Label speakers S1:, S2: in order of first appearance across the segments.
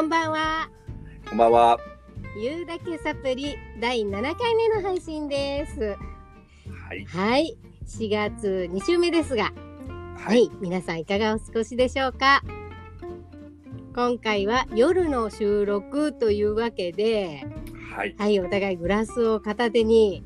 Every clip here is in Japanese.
S1: んばんは。
S2: こんばんは。
S1: ゆうだけサプリ第7回目の配信です。
S2: はい。
S1: はい。4月2週目ですが、はい。皆さんいかがお過ごしでしょうか今回は夜の収録というわけで、
S2: はい。
S1: はい、お互いグラスを片手に、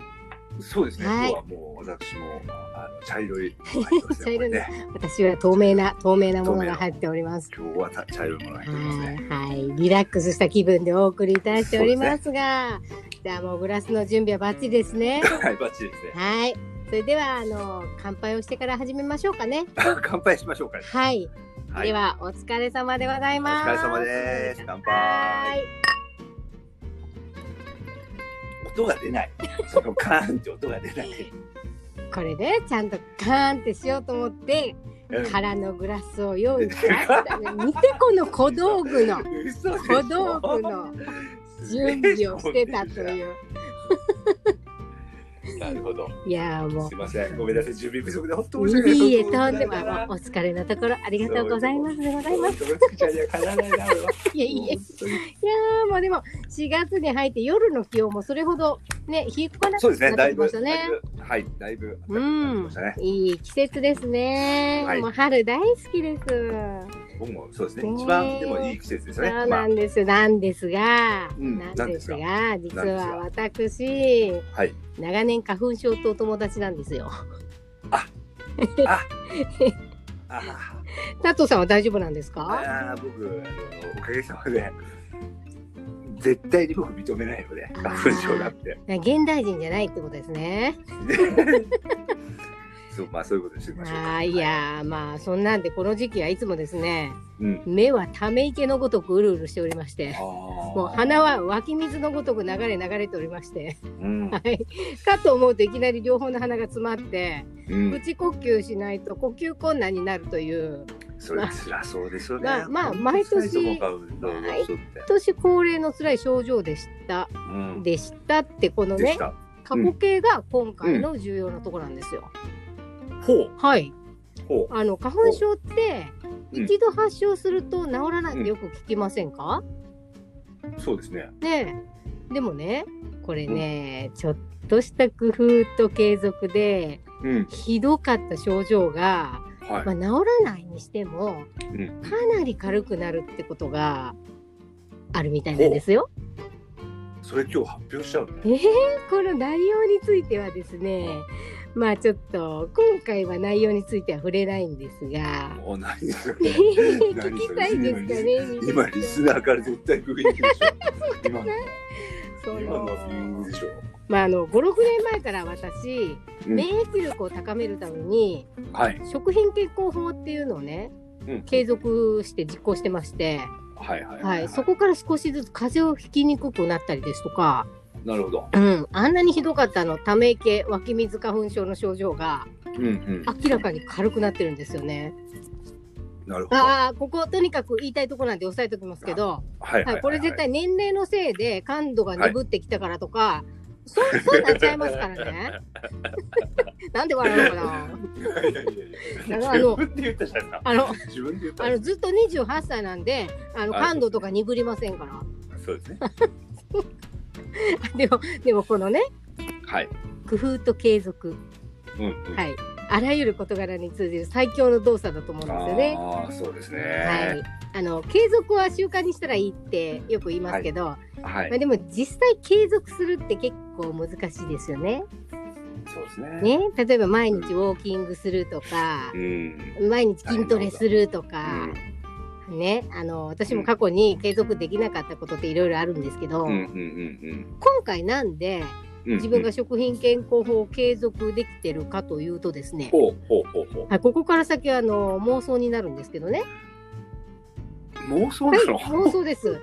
S2: そうですね。
S1: はい
S2: 今日はもう私もあの茶色いもの入ってま す
S1: 茶色
S2: ね。こ
S1: い
S2: れ
S1: の
S2: ね。
S1: 私は透明な、透明なものが入っております。
S2: 今日はた茶色いものが入ってますね。
S1: はい、はいリラックスした気分でお送りいたしておりますが、じゃあもうグラスの準備はバッチリですね。
S2: はい、バッチリですね。
S1: はい、それではあの乾杯をしてから始めましょうかね。
S2: 乾杯しましょうか。
S1: はい、
S2: はい
S1: ではお疲れ様でござい
S2: お
S1: ます。
S2: 疲れ様です。乾杯。
S1: はい、
S2: 音が出ない。そのカーンって音が出ない。
S1: これでちゃんとカーンってしようと思って
S2: うん
S1: 空のグラスを用意しました ね。見てこの小道具の
S2: 嘘でしょ
S1: 小道具の準備をしてた と
S2: う。
S1: いう。
S2: なるほど。
S1: いやーもう
S2: すいません。ごめんなさい。準備不足で本当申し訳ない。
S1: いいえ、とんでもないお疲れのところ、ありがとうございます。でございます。
S2: す。ドつきちゃんにはかなわないな。俺はい
S1: やいやい
S2: 本当に
S1: やー、もうでも、4月に入って夜の気温もそれほど、ね、低くなって
S2: そうですね。
S1: なっ
S2: だ
S1: て
S2: い
S1: きま
S2: ぶ
S1: したね。
S2: だいぶはい、だいぶ
S1: う
S2: 暖かくなってき
S1: ん
S2: ましたね。、
S1: いい季節ですね。
S2: はい
S1: もう春大好きです。
S2: 僕もそうですね。
S1: ね
S2: 一番でもいい季節です
S1: そ
S2: ね。
S1: う
S2: ま
S1: な
S2: あ
S1: んですよ。なんですが、
S2: うん
S1: なんですが、実
S2: なんですが
S1: は私、
S2: はい。
S1: 長年花粉症とお友達なんですよ。
S2: あ
S1: 佐藤さんは大丈夫なんです
S2: あ
S1: か
S2: ああ僕あのおかげさまで絶対に僕認めないので
S1: あー
S2: 花粉症だって。
S1: 現代人じゃないってことですね。
S2: そうまあそういうことにしてみましょうか。
S1: あーいやーまあそんなんでこの時期はいつもですね
S2: うん。
S1: 目はため池のごとくうるうるしておりましてもう
S2: も
S1: 鼻は湧き水のごとく流れ流れておりまして
S2: うん
S1: はいかと思うといきなり両方の鼻が詰まって
S2: うん
S1: 口呼吸しないと呼吸困難になるという
S2: それ辛そうですよね。
S1: まあまあ毎年
S2: 最初僕は運動不足って
S1: 今年恒例の辛い症状でした
S2: うん
S1: でしたってこの
S2: で
S1: ね
S2: した。
S1: 過去形が今回の重要なところなんですよ。
S2: ほう
S1: はい
S2: ほう。
S1: あの花粉症って
S2: うん
S1: 一度発症すると治らないってよく聞きませんか、
S2: そうですね。
S1: ねえでもねこれね、ちょっとした工夫と継続で
S2: うん
S1: ひどかった症状が、
S2: はい
S1: まあ、治らないにしても
S2: うん。
S1: かなり軽くなるってことがあるみたいなんですよ。
S2: それ今日発表しちゃうの。
S1: えー、この内容についてはですねまあちょっと今回は内容については触れないんです が
S2: もう何それ。
S1: 聞きたいですかね
S2: 今リスナーから絶対封印でしょ。今の
S1: そ
S2: 今の
S1: の
S2: は封印でしょ。
S1: まああの56年前から私
S2: うん
S1: 免疫力を高めるために
S2: はい
S1: 食品健康法っていうのをね
S2: うん
S1: 継続して実行してまして、
S2: はいはい
S1: はい、そこから少しずつ風邪をひきにくくなったりですとか、
S2: なるほど。
S1: うん、あんなにひどかったあのため池湧き水花粉症の症状が
S2: うんうん。
S1: 明らかに軽くなってるんですよ ね。
S2: なるほど。
S1: ああこことにかく言いたいとこなんで押さえておきますけど、
S2: はい
S1: はい、これ絶対年齢のせいで感度が鈍ってきたからと か、そそうそうなっちゃいますからね。なんで笑うのか な
S2: はいはいはい
S1: だからあ
S2: 自
S1: の
S2: 分で言ったじゃん。
S1: あの
S2: 自分で言った
S1: あ
S2: じゃ
S1: の
S2: ん。
S1: ずっと28歳なんであの
S2: あ
S1: 感度とか鈍りませんから
S2: そうですね。
S1: でもでもこのね
S2: はい。
S1: 工夫と継続
S2: うんうん。
S1: はいあらゆる事柄に通じる最強の動作だと思うんですよね。
S2: ああそうです
S1: は
S2: ね
S1: い。、あの継続は習慣にしたらいいってよく言いますけど、
S2: は
S1: まあ、
S2: い。
S1: でも実際継続するって結構難しいですよね。
S2: そうですね。
S1: ね例えば毎日ウォーキングするとか
S2: う、ん。
S1: 毎日筋トレするとか、ねあの私も過去に継続できなかったことっていろいろあるんですけど、
S2: うんうんうん
S1: 今回なんで
S2: うん。
S1: 自分が。食品健康法を継続できてるかというとですね、
S2: ほうほうほうほう。
S1: はい、ここから先はあの妄想になるんですけどね、
S2: 妄想
S1: はい
S2: な、の。
S1: 妄想です。は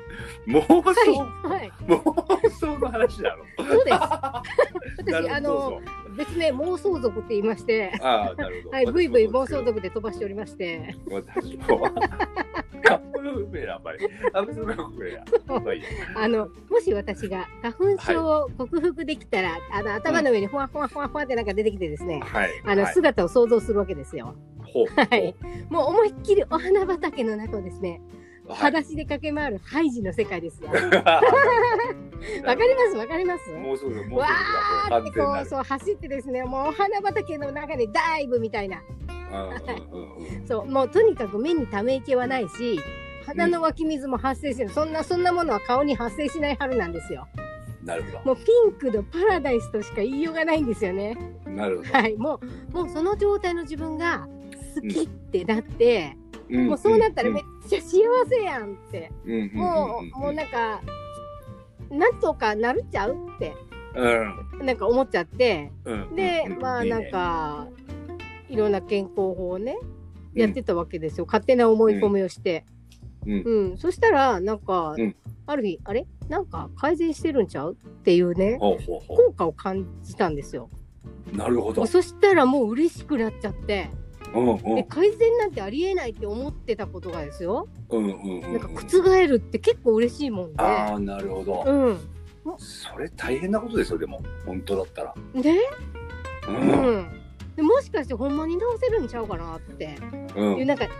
S2: 妄想。
S1: い、はい、
S2: 妄想の話なの。
S1: そうです。
S2: なる
S1: 私あ
S2: ほど
S1: の。別名妄想族って言いまして、
S2: ああ、なるほど。
S1: はい、ブイブイ妄想
S2: と。
S1: 族で飛ばしておりまして、
S2: 私も。カップヌードルあんまり。あんまりカップヌードルまあいいや
S1: あのもし私が花粉症を克服できたら、あの頭の上にほわほわほわほわってなんか出てきてですね、
S2: はい。
S1: あの
S2: はい
S1: 姿を想像するわけですよ。
S2: ほう。
S1: はい、もう思いっきりお花畑の中をですね、 裸足で駆け回るハイジの世界ですよ。わ
S2: わ
S1: かりますわかります
S2: もうそうだ、もう
S1: わ
S2: そう
S1: ー
S2: だ、
S1: って
S2: 完
S1: こ
S2: 全な
S1: う
S2: る。
S1: そう走ってですねもうお花畑の中でダイブみたいな
S2: うんうんうんうん
S1: そうもうとにかく目にため池はないし鼻の湧き水も発生してる、そんなそんなものは顔に発生しない春なんですよ
S2: なるほ
S1: もうピンクのパラダイスとしか言いようがないんですよね
S2: ど、なるほど。
S1: はいもうもうその状態の自分が好きってなって、もうそうなったらめっちゃ幸せやんって、
S2: うん
S1: もう、もうなんかなんとかなるっちゃうって
S2: うん
S1: なんか思っちゃって
S2: うん
S1: で、
S2: うん
S1: まあ
S2: いいね
S1: なんかいろんな健康法をね
S2: うん
S1: やってたわけですよ、勝手な思い込みをして、
S2: うん
S1: うん、そしたらなんか、
S2: うん
S1: ある日あれなんか改善してるんちゃうっていうね
S2: ほうほうほ
S1: 効果を感じたんですよ
S2: うなるほど
S1: そしたらもう嬉しくなっちゃって
S2: うんう
S1: で
S2: ん
S1: 改善なんてありえないって思ってたことがですよ
S2: うんうんうん
S1: なんか覆るって結構嬉しいもんで、
S2: ああなるほど
S1: う
S2: それ大変なことですよでも本当だったら
S1: ん、ね、
S2: う
S1: うんん、でもしかしてほんまに治せるんちゃうかなって
S2: う
S1: いうんなんかちっ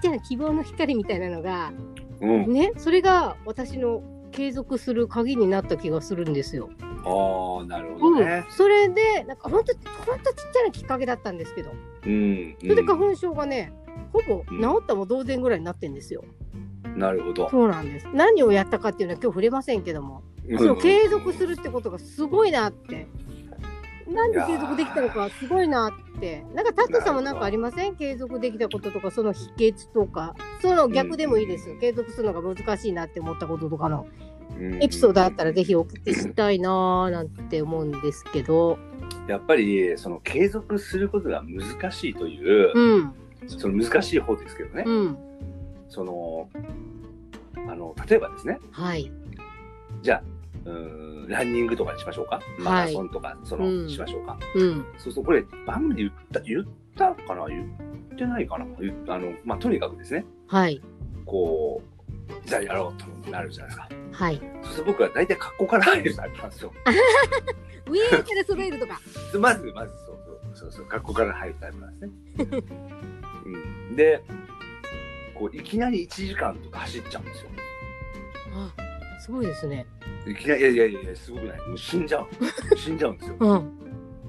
S1: ちゃな希望の光みたいなのが
S2: うん
S1: ねそれが私の継続する鍵になった気がするんですよ。
S2: ああなるほど
S1: うん
S2: ね、
S1: それでなんかほんとほんとちっちゃなきっかけだったんですけど
S2: うん
S1: それで花
S2: う
S1: 粉症がねほぼ
S2: う
S1: 治
S2: ん
S1: ったも同然ぐらいになってんですよ。
S2: んなるほど
S1: そうなんです何をやったかっていうのは今日触れませんけども、そう継続するってことがすごいなって。なんで継続できたのかすごいなって。なんかタットさんもなんかありません継続できたこととかその秘訣とかその逆でもいいですよ、
S2: うん
S1: 継続するのが難しいなって思ったこととかの
S2: うん
S1: エピソードあったらぜひ送ってきたいなーなんて思うんですけど。
S2: やっぱりその継続することが難しいという
S1: う、ん。
S2: その難しい方ですけどね、
S1: うん。
S2: そのあの例えばですね
S1: はい。
S2: じゃあうーんランニングとかにしましょうかマラソンとか、その、
S1: うん
S2: しましょうか
S1: うん。
S2: そうそうこれ番組で言った言ったかな言ってないかな言っあのまあとにかくですね
S1: はい。
S2: こうじゃあやろうとなるじゃないですか
S1: はい。
S2: そうすると僕は大体格好から入るタイプなんですよ
S1: ウィーンから揃えるとか。
S2: まずまずそうそうそうそう格好から入るタイプなんですね、 うん、でこういきなり1時間とか走っちゃうんですよ
S1: あ、すごいですね。
S2: いきなりいやいやいやすごくないもう死んじゃう死んじゃうんですよ、
S1: うん。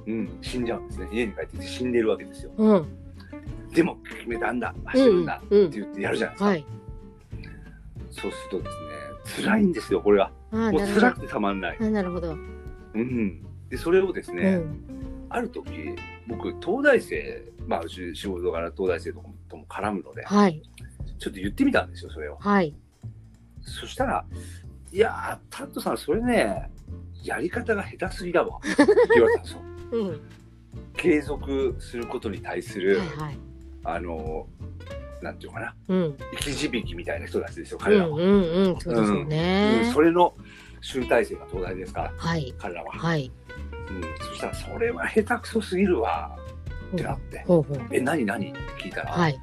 S2: うん、死んじゃうんですね家に帰ってきて死んでるわけですよ
S1: うん。
S2: でも決めたんだ走るんだ、
S1: うんうん
S2: って言ってやるじゃないですか、
S1: はい。
S2: そうするとですね辛いんですよこれは
S1: あー
S2: もう
S1: なるほど
S2: 辛く。てたまんない、
S1: あなるほど。
S2: うん、でそれをです
S1: う
S2: ね、
S1: ん。
S2: ある時僕東大生まあし仕事柄東大生とかとも絡むので
S1: はい。
S2: ちょっと言ってみたんですよそれを
S1: はい。
S2: そしたら「いやータットさんそれねやり方が下手すぎだ わ」って言われたんですよ
S1: うん。
S2: 継続することに対する
S1: はい。はい。
S2: あのなんていうのかな
S1: うん。
S2: 生き字引みたいな人たちですよ
S1: うん
S2: 彼らは、
S1: うんうん。そうですよ
S2: うん
S1: ね。
S2: それの集大成が東大ですから
S1: はい。
S2: 彼らは、
S1: はい。
S2: うん、そしたら「それは下手くそすぎるわ」ってなって
S1: ほうほう
S2: 「え何何?」って聞いたら、
S1: はい。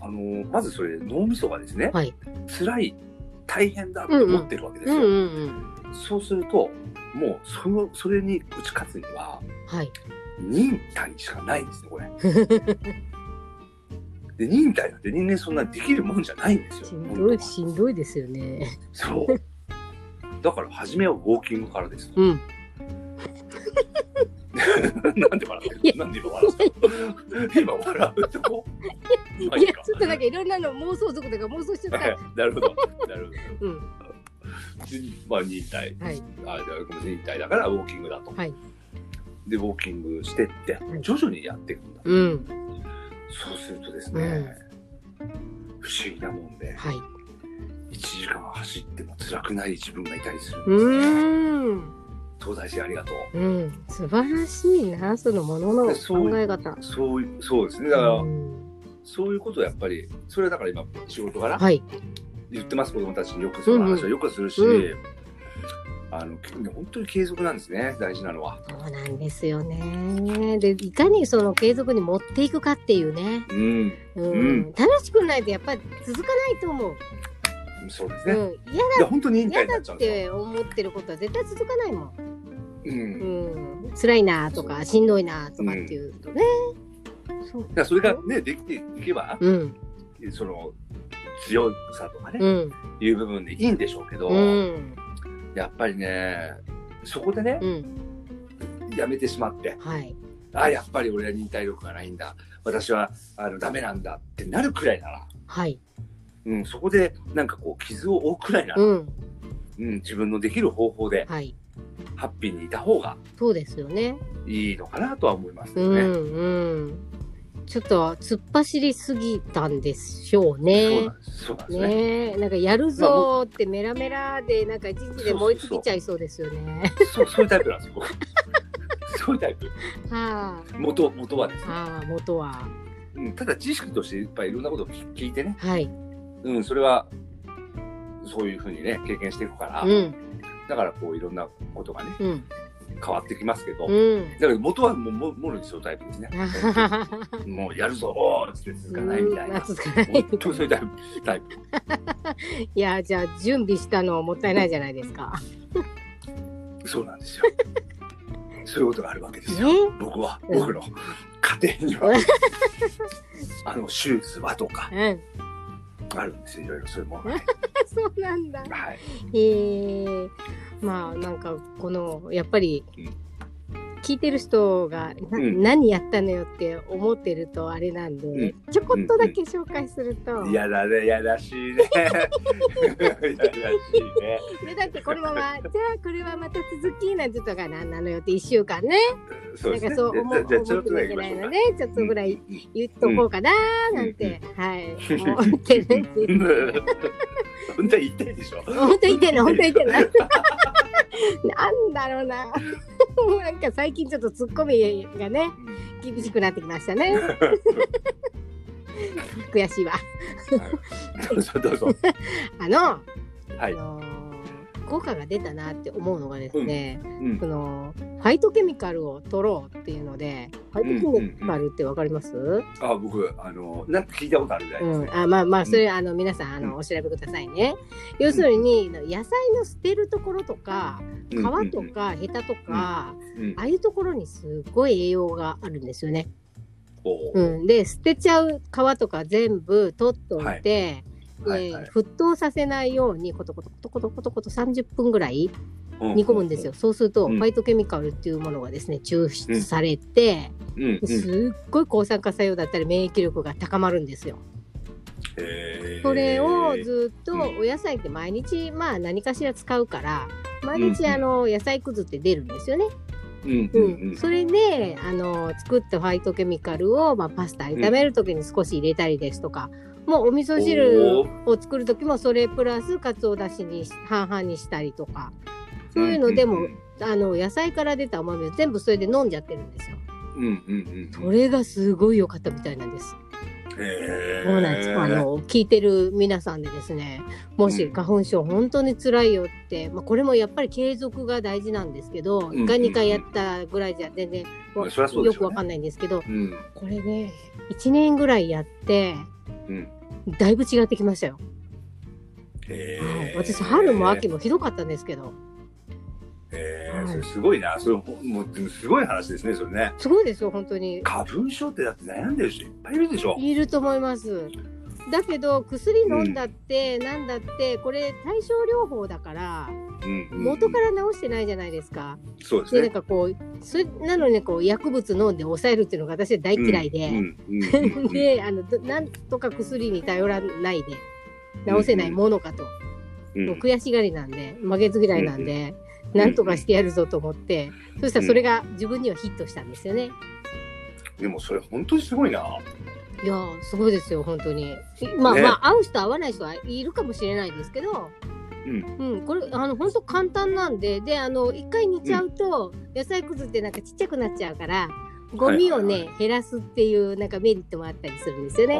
S2: あのまずそれ脳みそがですね、
S1: はい。
S2: 辛い大変だと思ってるわけです
S1: う
S2: よ、
S1: んうんうん。
S2: そうするともうそのそれに打ち勝つには
S1: はい。
S2: 忍耐しかないんですね これで忍耐なんて人間そんなできるもんじゃないんですよ
S1: しんどい、
S2: 本
S1: しんどいですよね。
S2: 当 はそうだから初めはウォーキングからです、
S1: うん。
S2: なんで笑ってるなんで今笑った今笑うとこまあ
S1: い
S2: いい
S1: や、
S2: か
S1: ちょっとなんかいろんなの妄想族とか妄想しちゃっ
S2: は
S1: た。
S2: いなるほどなるほ
S1: う
S2: ど
S1: ん。
S2: でまあ忍耐
S1: はい。
S2: あごめんなさい忍耐だからウォーキングだと、
S1: はい
S2: でウォーキングしてって
S1: はい
S2: 徐々にやっていくんだ、
S1: うん。
S2: そうするとですね、不思議なもんで
S1: はい。
S2: 1時間走っても辛くない自分がいたりするん
S1: う
S2: ですね、
S1: ーん。
S2: 東大生ありがとう
S1: うん。素晴らしいな、そのものの考え方。
S2: そういそうですねだから、
S1: うん
S2: そういうことをやっぱりそれはだから今仕事から
S1: はい。
S2: 言ってます子供たちによくその話はよくするし、
S1: うん
S2: あの本当に継続なんですね大事なのは
S1: そうなんですよね。で、いかにその継続に持っていくかっていうね。
S2: うん
S1: うん。
S2: うん
S1: 楽しくないとやっぱり続かないと思う。
S2: そうです
S1: う
S2: ね、
S1: ん。嫌
S2: いや本当に忍
S1: 嫌
S2: 耐になっち
S1: だ
S2: ゃ
S1: っ
S2: うんですよ、
S1: て思ってることは絶対続かないもん。
S2: うん
S1: うん。辛いなとか、しんどいなとかっていうとね。そう
S2: だからそれがね、できていけば、
S1: うん。
S2: その、強さとかね、
S1: うん
S2: いう部分でいいんでしょうけど、
S1: うん
S2: やっぱりね、そこでね、
S1: うん
S2: やめてしまって、
S1: はい
S2: あやっぱり俺は忍耐力がないんだ、私はあのダメなんだってなるくらいなら、
S1: はい
S2: うん、そこでなんかこう、傷を負うくらいなら、
S1: うん
S2: うん自分のできる方法で
S1: はい
S2: ハッピーにいた方が
S1: そうですよね
S2: いいのかなとは思います
S1: う
S2: よね。
S1: んうんちょっと突っ走りすぎたんでしょう
S2: そう
S1: ね
S2: なんですそうなんですね
S1: ねえなんかやるぞーってメラメラでなんか一日で燃え尽きちゃいそうですよね
S2: そうそういうタイプなんですよ、僕 そういうタイプ。
S1: は
S2: 元元はです
S1: あ
S2: ね、
S1: はあ元は
S2: うん。ただ知識としていっぱいいろんなことを聞聞いてね、
S1: はい
S2: うん、それはそういうふうにね、経験していくから、
S1: うん
S2: だからこういろんなことがね、
S1: うん
S2: 変わってきますけど、
S1: うん
S2: だから元はもうももろにそういうタイプですね。もうやるぞおーっつって続かないみたいな。
S1: うん続かない
S2: 本当にそういうタイプ。タイプ
S1: いやじゃあ準備したのもったいないじゃないですか。
S2: そうなんですよ。そういうことがあるわけですよ。
S1: ね
S2: 僕は、
S1: うん
S2: 僕の家庭には、あの、手術はとか、
S1: うん、
S2: あるんですよ。いろいろそういうものが。
S1: そうなんだ。
S2: はい。
S1: えー、まあなんかこのやっぱり
S2: うん
S1: 聞いてる人が、な
S2: うん
S1: 何やったのよって思ってるとあれなんで、
S2: う
S1: ちょこっとだけ紹介すると、
S2: やだね、やらしいね。やらしいね。
S1: でだってこのまま 「じゃあこれはまた続き」なんて言ったから「何なのよ」って1週間ね
S2: そうです
S1: なんか
S2: ね。
S1: そう思
S2: じゃあじゃあ、
S1: 思
S2: ちょっ
S1: っ
S2: と
S1: て
S2: ぐ
S1: な
S2: ら
S1: い
S2: い
S1: じゃ
S2: 行き
S1: ない
S2: まし
S1: のね
S2: ょうか。
S1: ちょっとぐらい
S2: うん
S1: 言っとこうかなーなんて、はい思ってるんです。
S2: 本当は言いたいでしょ。
S1: 本当に言ってんの本当に言ってんのなんだろうな もうなんか最近ちょっとツッコミがね厳しくなってきましたね悔しいわ
S2: どうぞどうぞ。
S1: あの、
S2: はい
S1: あ。のー効果が出たなって思うのがですね、
S2: うん
S1: このファイトケミカルを取ろうっていうのでファイトケミカルってわかります、うん
S2: あ、僕、あの、なんか聞いたことあるみたいですね。
S1: あまあまあそれ、
S2: う
S1: あの皆さんあ
S2: うん
S1: のお調べくださいね、要するに野菜の捨てるところとか皮とかヘタとか、
S2: うんうん
S1: ああいうところにすごい栄養があるんですよね。
S2: おー
S1: うん、で捨てちゃう皮とか全部取っといて、
S2: はい
S1: で
S2: はい
S1: 沸騰させないようにコトコトコトコトコトコト30分ぐらい煮込むんですよ。。そうすると、
S2: うん
S1: ファイトケミカルっていうものがですね抽出されて、
S2: うんうん。
S1: すっごい抗酸化作用だったり免疫力が高まるんですよ。
S2: へー
S1: それをずっと
S2: う
S1: お
S2: ん
S1: 野菜って毎日まあ何かしら使うから毎
S2: うん
S1: 日
S2: うん
S1: あの野菜くずって出るんですよね。
S2: うんうんう
S1: うんん、。それであの作ったファイトケミカルを、まあ、パスタ炒める時に少し入れたりですとか、もうお味噌汁
S2: おー
S1: を作る時もそれプラスかつおだしにし半々にしたりとかそういうのでも、あの野菜から出た甘みを全部それで飲んじゃってるんですよ。
S2: うんうんうん。
S1: それがすごい良かったみたいなんです。
S2: へー
S1: そうなんです。あの聞いてる皆さんでですね、も
S2: う
S1: し
S2: ん
S1: 花粉症本当に辛いよって、まあこれもやっぱり継続が大事なんですけど、
S2: ん
S1: 一回二回やったぐらいじゃ全然
S2: まあ
S1: わ
S2: そりゃそうで
S1: よ
S2: しょうね
S1: くわかんないんですけど、
S2: うん。
S1: これね1年ぐらいやって
S2: うん。
S1: だいぶ違ってきましたよ、
S2: へ
S1: は
S2: ー
S1: い、私春も秋もひどかったんですけど
S2: え
S1: は
S2: ー、
S1: い
S2: それすごいな、それほもうでもすごい話ですね、それね。
S1: すごいですよ本当に
S2: 花粉症ってだって悩んでる人いっぱいいるでしょ。
S1: いると思いますだけど薬飲んだってなんだってこれ対症療法だから
S2: うんうん
S1: 元から治してないじゃないですか
S2: そうです
S1: で
S2: ね。
S1: なんかこうそれなのにこう薬物飲んで抑えるっていうのが私は大嫌いで、
S2: うんうんうんうん
S1: であのどなんとか薬に頼らないで治せないものかと
S2: うん
S1: も う悔しがりなんで負けず嫌いなんで、なんとかしてやるぞと思って、そしたらそれが自分にはヒットしたんですよね。
S2: でもそれ本当にすごいな。
S1: いやーすごいですよ本当に。まあ、
S2: ね
S1: まあ合う人合わない人はいるかもしれないですけど、
S2: うん
S1: うん、これあの本当簡単なんでであの一回煮ちゃうと、野菜くずってなんかちっちゃくなっちゃうからゴミをね、
S2: はい
S1: 減らすっていうなんかメリットもあったりするんですよ
S2: ああ
S1: ね。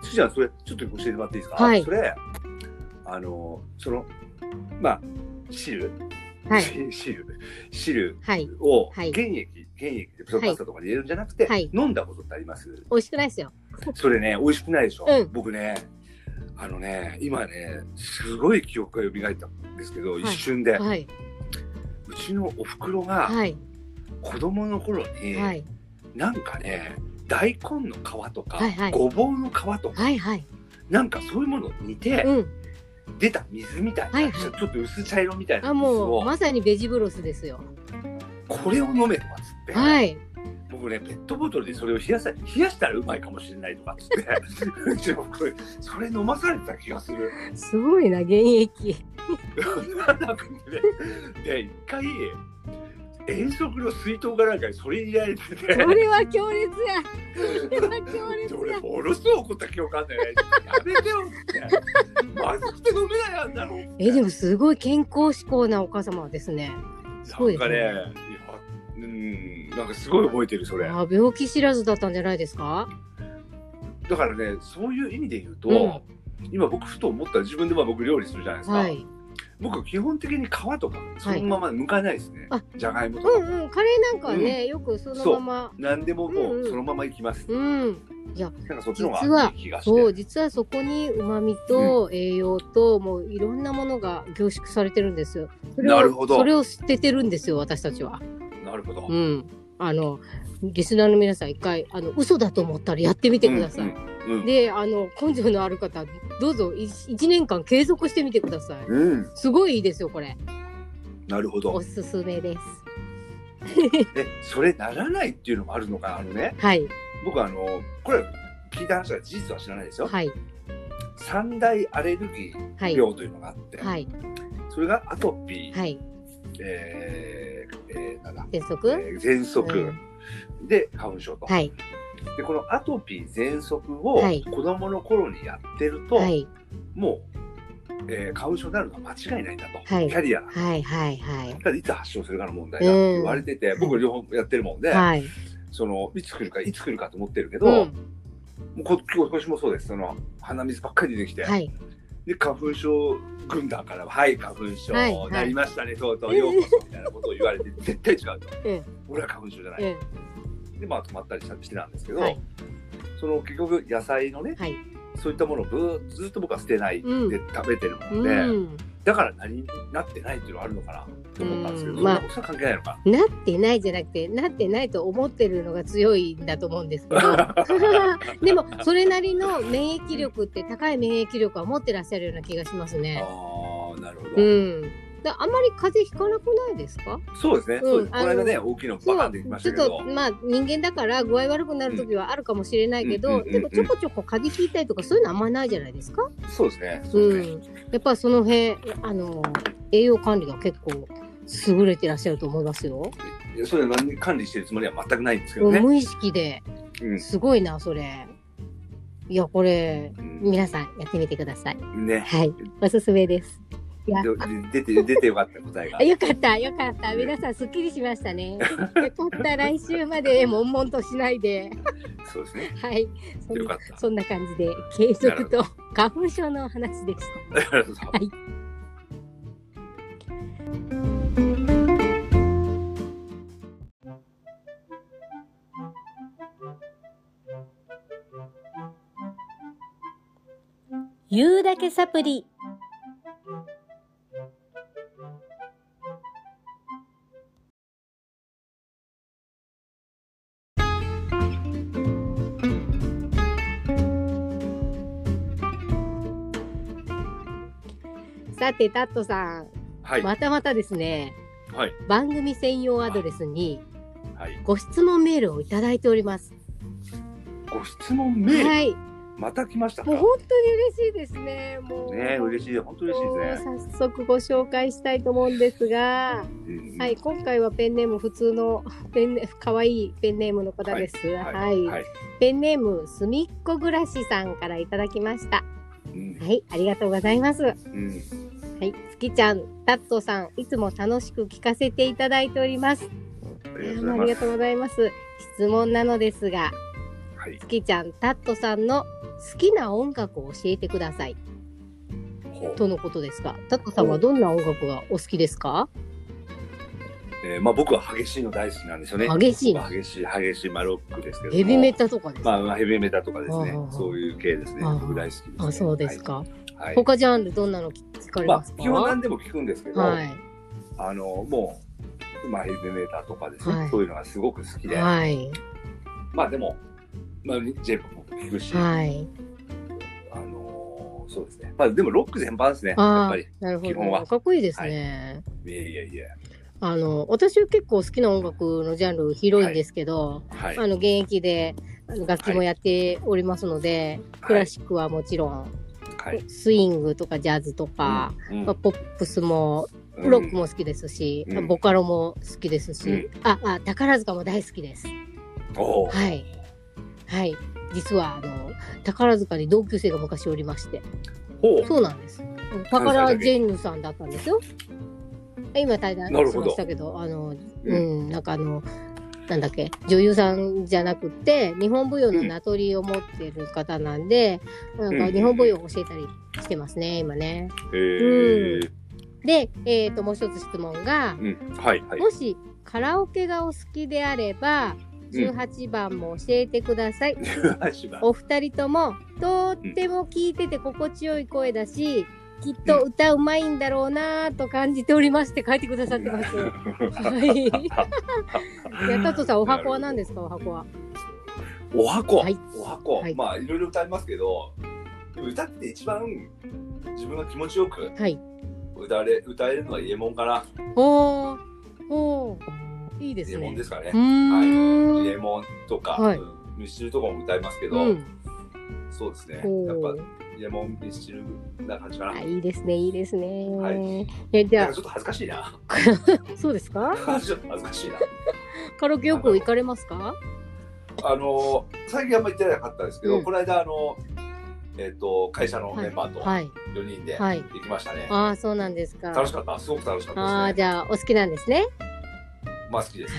S2: ー。すずちゃんそれちょっと教えてもらっていいですか。
S1: はい
S2: それあのそのまあ汁、
S1: はい
S2: 汁汁汁
S1: はい
S2: を
S1: は
S2: 原
S1: い
S2: 液原液でパスタとかに入れるんじゃなくて、
S1: はい
S2: 飲んだことってあります。
S1: 美味しくないですよ。
S2: それね美味しくないでしょ。
S1: うん
S2: 僕ねあのね今ねすごい記憶が蘇ったんですけど、
S1: い
S2: 一瞬で、
S1: はいう
S2: ちのお袋が
S1: はい
S2: 子供の頃に、
S1: はい
S2: なんかね大根の皮とか、
S1: はいはい
S2: ごぼうの皮とか
S1: はいはい
S2: なんかそういうものに似て、
S1: うん。
S2: 出た水みたいな、
S1: はいはい
S2: ちょっと薄茶色みたいな
S1: あ、
S2: 水
S1: もう、
S2: を、
S1: まさにベジブロスですよ。
S2: これを飲めとかっつって、
S1: はい。
S2: 僕ねペットボトルでそれを冷やさ冷やしたらうまいかもしれないとかっ つってうちの子それ飲まされてた気がす る。
S1: すごいな、現 役。
S2: なんかねで一回遠足の水筒かなんかにそれ入れられ てて
S1: これは強烈や。これは強
S2: で
S1: 烈
S2: 俺
S1: や。
S2: ものすごい怒った記憶あんだよね。やめてよって。まずくて飲めないあんだろ。
S1: え、でもすごい健康志向なお母様ですね。すごい
S2: なんかね、いやうん、なんかすごい覚えてるそれ。
S1: あ病気知らずだったんじゃないですか
S2: だからね、そういう意味で言うと、
S1: うん
S2: 今僕ふと思ったら自分でまあ僕料理するじゃないですか。
S1: はい。
S2: 僕基本的に皮とかそのまま剥かないですね。
S1: あ
S2: じゃがいもと
S1: う
S2: か。
S1: んうん、カレーなんかはね、よくそのまま。
S2: なんでもも
S1: うんう
S2: うんそのままいきます。
S1: うん。
S2: なんかそっちの方がいい気がして。
S1: そう、実はそこに旨味と栄養と、もういろんなものが凝縮されてるんですよ。それを
S2: なるほど
S1: それを捨ててるんですよ、私たちは。
S2: なるほど。
S1: うん。あの、リスナーの皆さん、一回、あの、嘘だと思ったらやってみてください。
S2: うんうん
S1: で、あの、根性のある方、どうぞい一年間継続してみてください。
S2: うんうん
S1: すごいいいですよ、これ。
S2: なるほ
S1: お
S2: ど。
S1: すすめです。
S2: え、それならないっていうのもあるのか、あのね、
S1: はい、
S2: 僕あの、これ聞いた話は事実は知らないですよ。
S1: はい、
S2: 三大アレルギ
S1: は
S2: ー
S1: い、
S2: 病というのがあって、
S1: はい、
S2: それがアトピー、
S1: はい。
S2: えー、えー、なんだ、
S1: 全
S2: え
S1: 速
S2: ー、喘息、
S1: うん
S2: で花粉症と、
S1: はい、
S2: でこのアトピー喘息を
S1: はい
S2: 子供の頃にやってると、
S1: はい、
S2: もう、えー、花粉症になるのは間違いないんだと、
S1: はい
S2: キャリアだ
S1: はい、はい、はい。
S2: からいつ発症するかの問題だって言われてて、
S1: ん
S2: 僕両方やってるもんで、
S1: はい。
S2: そのいつ来るかいつ来るかと思ってるけど、
S1: うん。
S2: もうこ今日今年もそうですその鼻水ばっかり出てきて、
S1: はい。
S2: で花粉症軍団からは「はい花粉症、
S1: はいはい
S2: なりましたねとうとうようこそ」みたいなことを言わ れて絶対違うと、
S1: ええ
S2: 俺は花粉症じゃない、
S1: え
S2: でまあ止まったりしたしてたんですけ
S1: え
S2: ど、
S1: はい。
S2: その結局野菜のね
S1: はい。
S2: そういったものをぶずっと僕は捨てないで
S1: うん
S2: 食べてるもんで、
S1: うん。
S2: だから何になってないっていうのはあるのかなと思ったんですけど、
S1: うん
S2: そんな
S1: まあ
S2: ことは関係ないのか
S1: なってないじゃなくてなってないと思ってるのが強いんだと思うんですけ どでもそれなりの免疫力って高い免疫力は持ってらっしゃるような気がします
S2: な、
S1: ね。
S2: あーなるほど、
S1: うん、だあんまり風邪ひかなくないですか
S2: そうですね、
S1: ん
S2: そうですこの間ね
S1: あ
S2: 大きいのバ
S1: そ
S2: カンできま
S1: う
S2: し
S1: ち
S2: た
S1: ょっ
S2: け
S1: と
S2: ど
S1: まあ人間だから具合悪くなる時はあるかもしれないけ
S2: うん
S1: ど、
S2: うんうんうん
S1: でもちょこちょこ風邪ひいたりとかそういうのあんまないじゃないですか、
S2: そうですねそう
S1: う
S2: ですね、
S1: ん、やっぱりその辺あの栄養管理が結構優れてらっしゃると思いますよ、
S2: いやそれは何管理してるつもりは全くないんですけどね、
S1: 無意識で
S2: うん
S1: すごいな、それ。いや、これ、
S2: う
S1: 皆さんやってみてください。
S2: ん、ね
S1: はい、おすすめです。いや、
S2: でで出て出てよかった答えが
S1: あよかった、よかった。皆さん、すっきりしました ね。よかった、来週まで悶々としないで。
S2: そうですね
S1: はい、そん
S2: よか
S1: な
S2: っ
S1: そんな感じで、継続と花粉症のお話でした。
S2: たそう
S1: 言うだけサプリ。さて、タットさん、
S2: はい、
S1: またまたですね、
S2: はい
S1: 番組専用アドレスに
S2: はい
S1: ご質問メールをいただいております。
S2: ご質問メール、
S1: はい、
S2: また来ましたか
S1: もう本当に嬉しいですね。もう
S2: ね嬉しい本当嬉しいですね、
S1: もう早速ご紹介したいと思うんですが、
S2: うん
S1: はい、今回はペンネーム普通のペンネ可愛いペンネームの方です。はい、
S2: はい、はい
S1: ペンネームすみっこ暮らしさんからいただきました。
S2: うん
S1: はい、ありがとうございます。は
S2: うん、
S1: い、月ちゃん、タットさん、いつも楽しく聞かせていただいております。
S2: あ
S1: い
S2: り
S1: や
S2: がとう
S1: もうあ
S2: ござ
S1: り
S2: い
S1: がと
S2: ま
S1: う
S2: す
S1: ございます。質問なのですが、
S2: はい
S1: 月ちゃん、タットさんの好きな音楽を教えてください。
S2: ほう
S1: とのことですが、タットさんはどんな音楽がお好きですか？
S2: えーまあ僕は激しいの大好きなんですよね
S1: 激しい
S2: ま
S1: の
S2: あ激しい激しいまあロックですけども
S1: ヘビメタとかですか？
S2: まあまあヘビメタとかですね
S1: ああ
S2: そういう系ですね
S1: ああ
S2: 僕大好きです、ね、
S1: あ、そうですか。
S2: はい、はい
S1: 他ジャンルどんなの聞かれ
S2: ま
S1: ま
S2: あ
S1: すか？
S2: 基本何でも聞くんですけど、
S1: はい
S2: あのもうまあヘビメタとかですね、
S1: はい
S2: そういうのがすごく好きで、
S1: はい
S2: まあでも、まあ、J-POP も聞くし、
S1: はい
S2: あのそうですね。まあでもロック全般ですね。やっ
S1: あ
S2: ぱ
S1: あ
S2: り。、
S1: なるほ
S2: 基本は
S1: ど。かっこいいですね。
S2: いやいやいや。
S1: あの、私は結構好きな音楽のジャンル広いんですけど、
S2: はい。
S1: あの、現役であの楽器もやっておりますので、クラシックはもちろん、
S2: はい。
S1: スイングとかジャズとか、
S2: うん
S1: まあ、ポップスも、
S2: うん
S1: ロックも好きですし、
S2: うん
S1: ボカロも好きですし、
S2: うん
S1: あ、あ、宝塚も大好きです。
S2: おお。
S1: はい。はい。実は、あの、宝塚に同級生が昔おりまして。
S2: ほう。
S1: そうなんです。宝ジェンヌさんだったんですよ。今対談し
S2: な
S1: ま
S2: るほど
S1: したけど、あの、うん、なんかあの、なんだっけ、女優さんじゃなくて、日本舞踊の名取を持ってる方なんで、なんか日本舞踊を教えたりしてますね、今ね。
S2: へえ。
S1: で、えっ、と、もう一つ質問が、
S2: うん。はいはい。
S1: もしカラオケがお好きであれば、18番も教えてください。
S2: 18番。
S1: お二人ともとっても聞いてて心地よい声だし、きっと歌うまいんだろうなぁと感じておりますって書いてくださってます。はい。い や、タトさん、お箱は何ですか、お箱は。
S2: お箱、
S1: はい
S2: お箱、
S1: はい
S2: まあいろいろ歌いますけど、でも歌って一番自分が気持ちよく
S1: はい。
S2: 歌われ歌えるのはイエモンかな、
S1: おー、おー、いいで
S2: イ
S1: す
S2: エモン
S1: ね
S2: で。すかね
S1: う。ーん。
S2: イエモンとか、
S1: はい
S2: うんミッシルとかも歌いますけど、
S1: うん。
S2: そうですね。やっ
S1: おー
S2: ぱイエモンミッシルな感じかな。
S1: あいいですね、いいですね。、
S2: はい
S1: や、じ
S2: なん
S1: ゃ
S2: かちょっと恥ずかしいな。
S1: あ、そうですか。
S2: ちょっと恥ずかしいな。
S1: カラオケよく行かれますか。
S2: あの最近あんまり行ってなかったんですけど、
S1: うん
S2: この間あのえっ、と会社のメンバーと
S1: はい。
S2: 4人で
S1: はい
S2: 行きましたね。
S1: ああ、そうなんですか。
S2: 楽しかった、すごく楽しかったですね
S1: あ。あ、じゃあ、お好きなんですね。
S2: まあ好きです。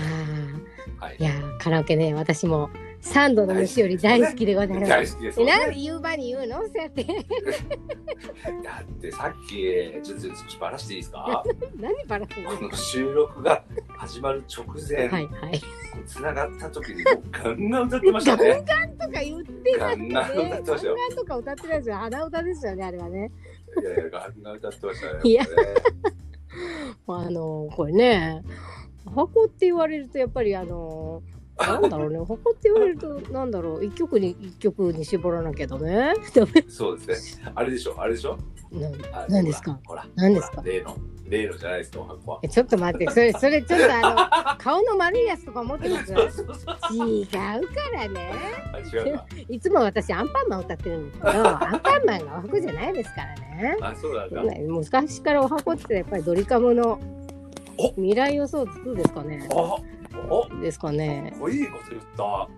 S1: あ
S2: はい
S1: ーい。やーカラオケね私も三度の飯より大好きでございま
S2: 大
S1: す。
S2: 好きです
S1: え
S2: よね。
S1: なんで言う場に言うのそうやって
S2: だってさっきちょっと少しバラしていいですか
S1: 何バラすの
S2: この収録が始まる直前、
S1: はいはい。
S2: つながった時にもうガンガン歌ってましたね。
S1: とか言ってなくてね。
S2: ガンガン歌ってましたよ
S1: ガンガンとか歌ってないですよ。鼻歌ですよねあれはね。
S2: いやいやガンガン歌ってましたね。
S1: いや
S2: これね
S1: まああのこれね箱って言われるとやっぱりあのなんだろ うね箱って言われるとなんだろう一曲に一曲に絞らなきゃダメ。ダ メ。
S2: そうですね。あれでしょ、あれでしょ。
S1: なん
S2: あ
S1: 何ですか
S2: ほら、ほら
S1: 何ですか
S2: ほら例の、例のじゃないですか、お箱は。
S1: えちょっと待ってそれそれちょっとあの顔の丸いやつとか持ってます。
S2: そうそうそう。
S1: 違うからね。
S2: あ違うか。
S1: いつも私アンパンマン歌ってるんですけど、アンパンマンがお箱じゃないですからね。
S2: あ、そうなんだ。
S1: 昔からお箱ってやっぱりドリカムの
S2: お
S1: 未来予想図ですかね
S2: あ、。お、
S1: ですかね。
S2: こいいこと言った。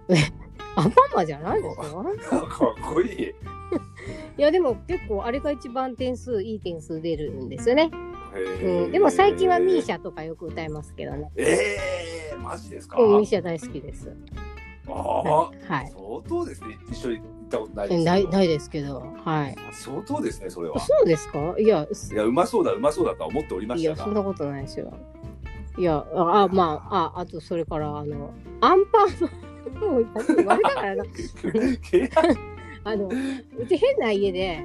S1: アンパンマンじゃないですよ。
S2: かっこいい。へ
S1: いやでも結構あれが一番点数いい点数出るんですよね。
S2: ー
S1: うん、でも最近はミーシャとかよく歌いますけどね。
S2: ええー、マジですか。
S1: うんミーシャ大好きです。
S2: ああ
S1: は。い。
S2: 相当ですね。一緒に行ったことないで
S1: え
S2: すけど
S1: ないないですけど、はい。
S2: 相当ですね、それは。
S1: そうですか？いや、
S2: いや、うまそうだ、うまそうだとは思っておりま
S1: い
S2: し
S1: や、
S2: た
S1: そん
S2: が。
S1: なことないですよ。いや、あ、あまあ、あ、あと、それから、あの、アンパンマン。もう、言われた からな。あの、うち変な家で。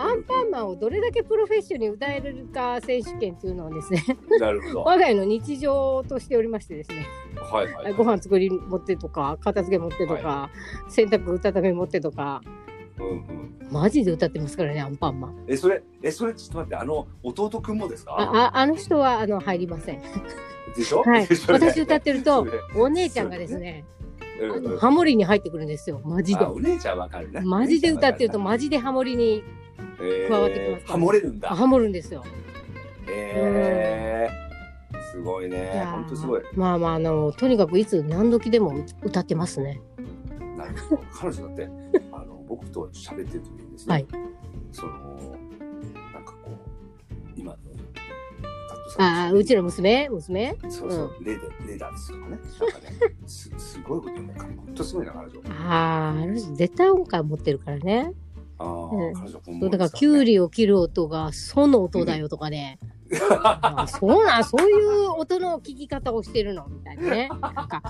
S1: アンパンマンをどれだけプロフェッショナルに歌えるか選手権っていうのをですね、
S2: なるほど。は
S1: 我が家の日常としておりましてですね、
S2: いはい。
S1: ご飯作り持ってとか、片付け持ってとか、洗濯畳み持ってとか、
S2: うんうん。
S1: マジで歌ってますからね、アンパンマン。
S2: え、それ、え、それ、ちょっと待って、あの、弟くんもですか。
S1: あ、ああの人は、あの、入りません。
S2: でしょ
S1: はい
S2: でしょ
S1: 私歌ってると
S2: それ、
S1: お姉ちゃんがですね、
S2: うん
S1: あ
S2: う
S1: の
S2: ん
S1: ハモリに入ってくるんですよ、マジで
S2: あ。お姉ちゃんわかるね。
S1: マジで歌ってると
S2: お
S1: マジでハモリに
S2: 姉ちゃん
S1: 加
S2: わ
S1: わ
S2: か
S1: っ
S2: る
S1: てきます
S2: ハモれるんだ。
S1: ハモるんですよ。
S2: ええ。すごい
S1: い
S2: ね。
S1: やー
S2: 本当すごい。
S1: まあまああのとにかくいつ何時でも歌ってますね。
S2: なるほど 彼女だってあの僕と喋ってる時にですね、
S1: はい
S2: そのなんかこう今のタット
S1: あ
S2: さん
S1: あうちの娘娘。
S2: そうそう、レーダーレーダーですとかねなんかね すすごいこと言うのか本当すごいな彼女
S1: あああの人絶対音感持ってるからね。
S2: ああ、
S1: うん
S2: 彼女本
S1: そう
S2: 物
S1: だから
S2: です
S1: キ
S2: ら
S1: ュウ
S2: ね
S1: リを切る音がソの音だよとかね。あそうなんそういう音の聞き方をしてるのみたいなね。なんか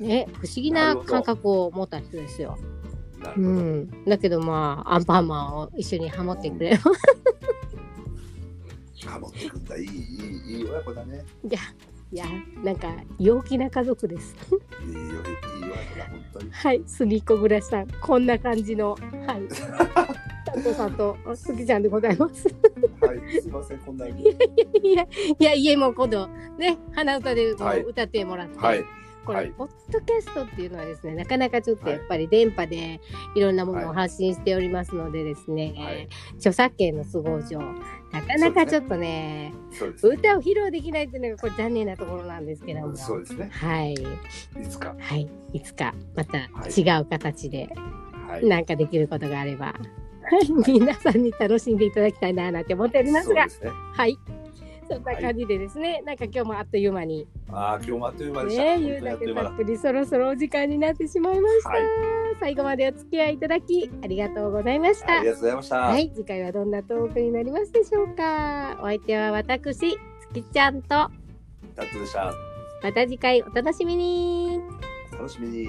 S1: ね不思議な感覚を持った人ですよ。
S2: なるほ
S1: う
S2: ど、
S1: ん。だけどまあアンパンマンを一緒にハモってくれ
S2: ハモってくんだいいいいいい親子だね
S1: いや、なんか陽気な家族です。
S2: いいよいい親子だ本当に
S1: はい、すみっこぐらさん、こんな感じの、はい。父さんとすきちゃんでございます。
S3: はい、すいません、こんなに。
S1: いやいや家も今度ね鼻歌でこう
S2: はい
S1: 歌ってもらって、
S2: はい。
S1: これ、
S2: はい
S1: ポッドキャストっていうのはですねなかなかちょっと
S2: はい
S1: やっぱり電波でいろんなもの
S2: は
S1: を
S2: い
S1: 発信しておりますのでですね、
S2: はい
S1: 著作権の都合上なかなかちょっとね
S2: そうですね。
S1: 歌を披露できないっていうのがこれ残念なところなんですけども、
S2: そうですね。
S1: はい
S2: いつか。
S1: はいいつかまた
S2: はい
S1: 違う形で
S2: はい。
S1: なんかできることがあれば、 はい、皆さんに楽しんでいただきたいななんて思っております
S2: そう
S1: が
S2: で。すね。
S1: はい。そんな感じでですね、なんか今日もあっという間に、
S2: ああ、今日もあっという間でした。
S1: ね、
S2: 本
S1: 言う
S2: 当に
S1: だ
S2: あっとい
S1: け
S2: う間
S1: た
S2: だ
S1: っ。ぷりそろそろお時間になってしまいました。
S2: はい。
S1: 最後までお付き合いいただきありがとうございました
S2: あり。がとうございました。
S1: はい、次回はどんなトークになりますでしょうか。お相手は私、つきちゃんと、
S2: タットでした。
S1: また次回お楽しみに。
S2: 楽しみに。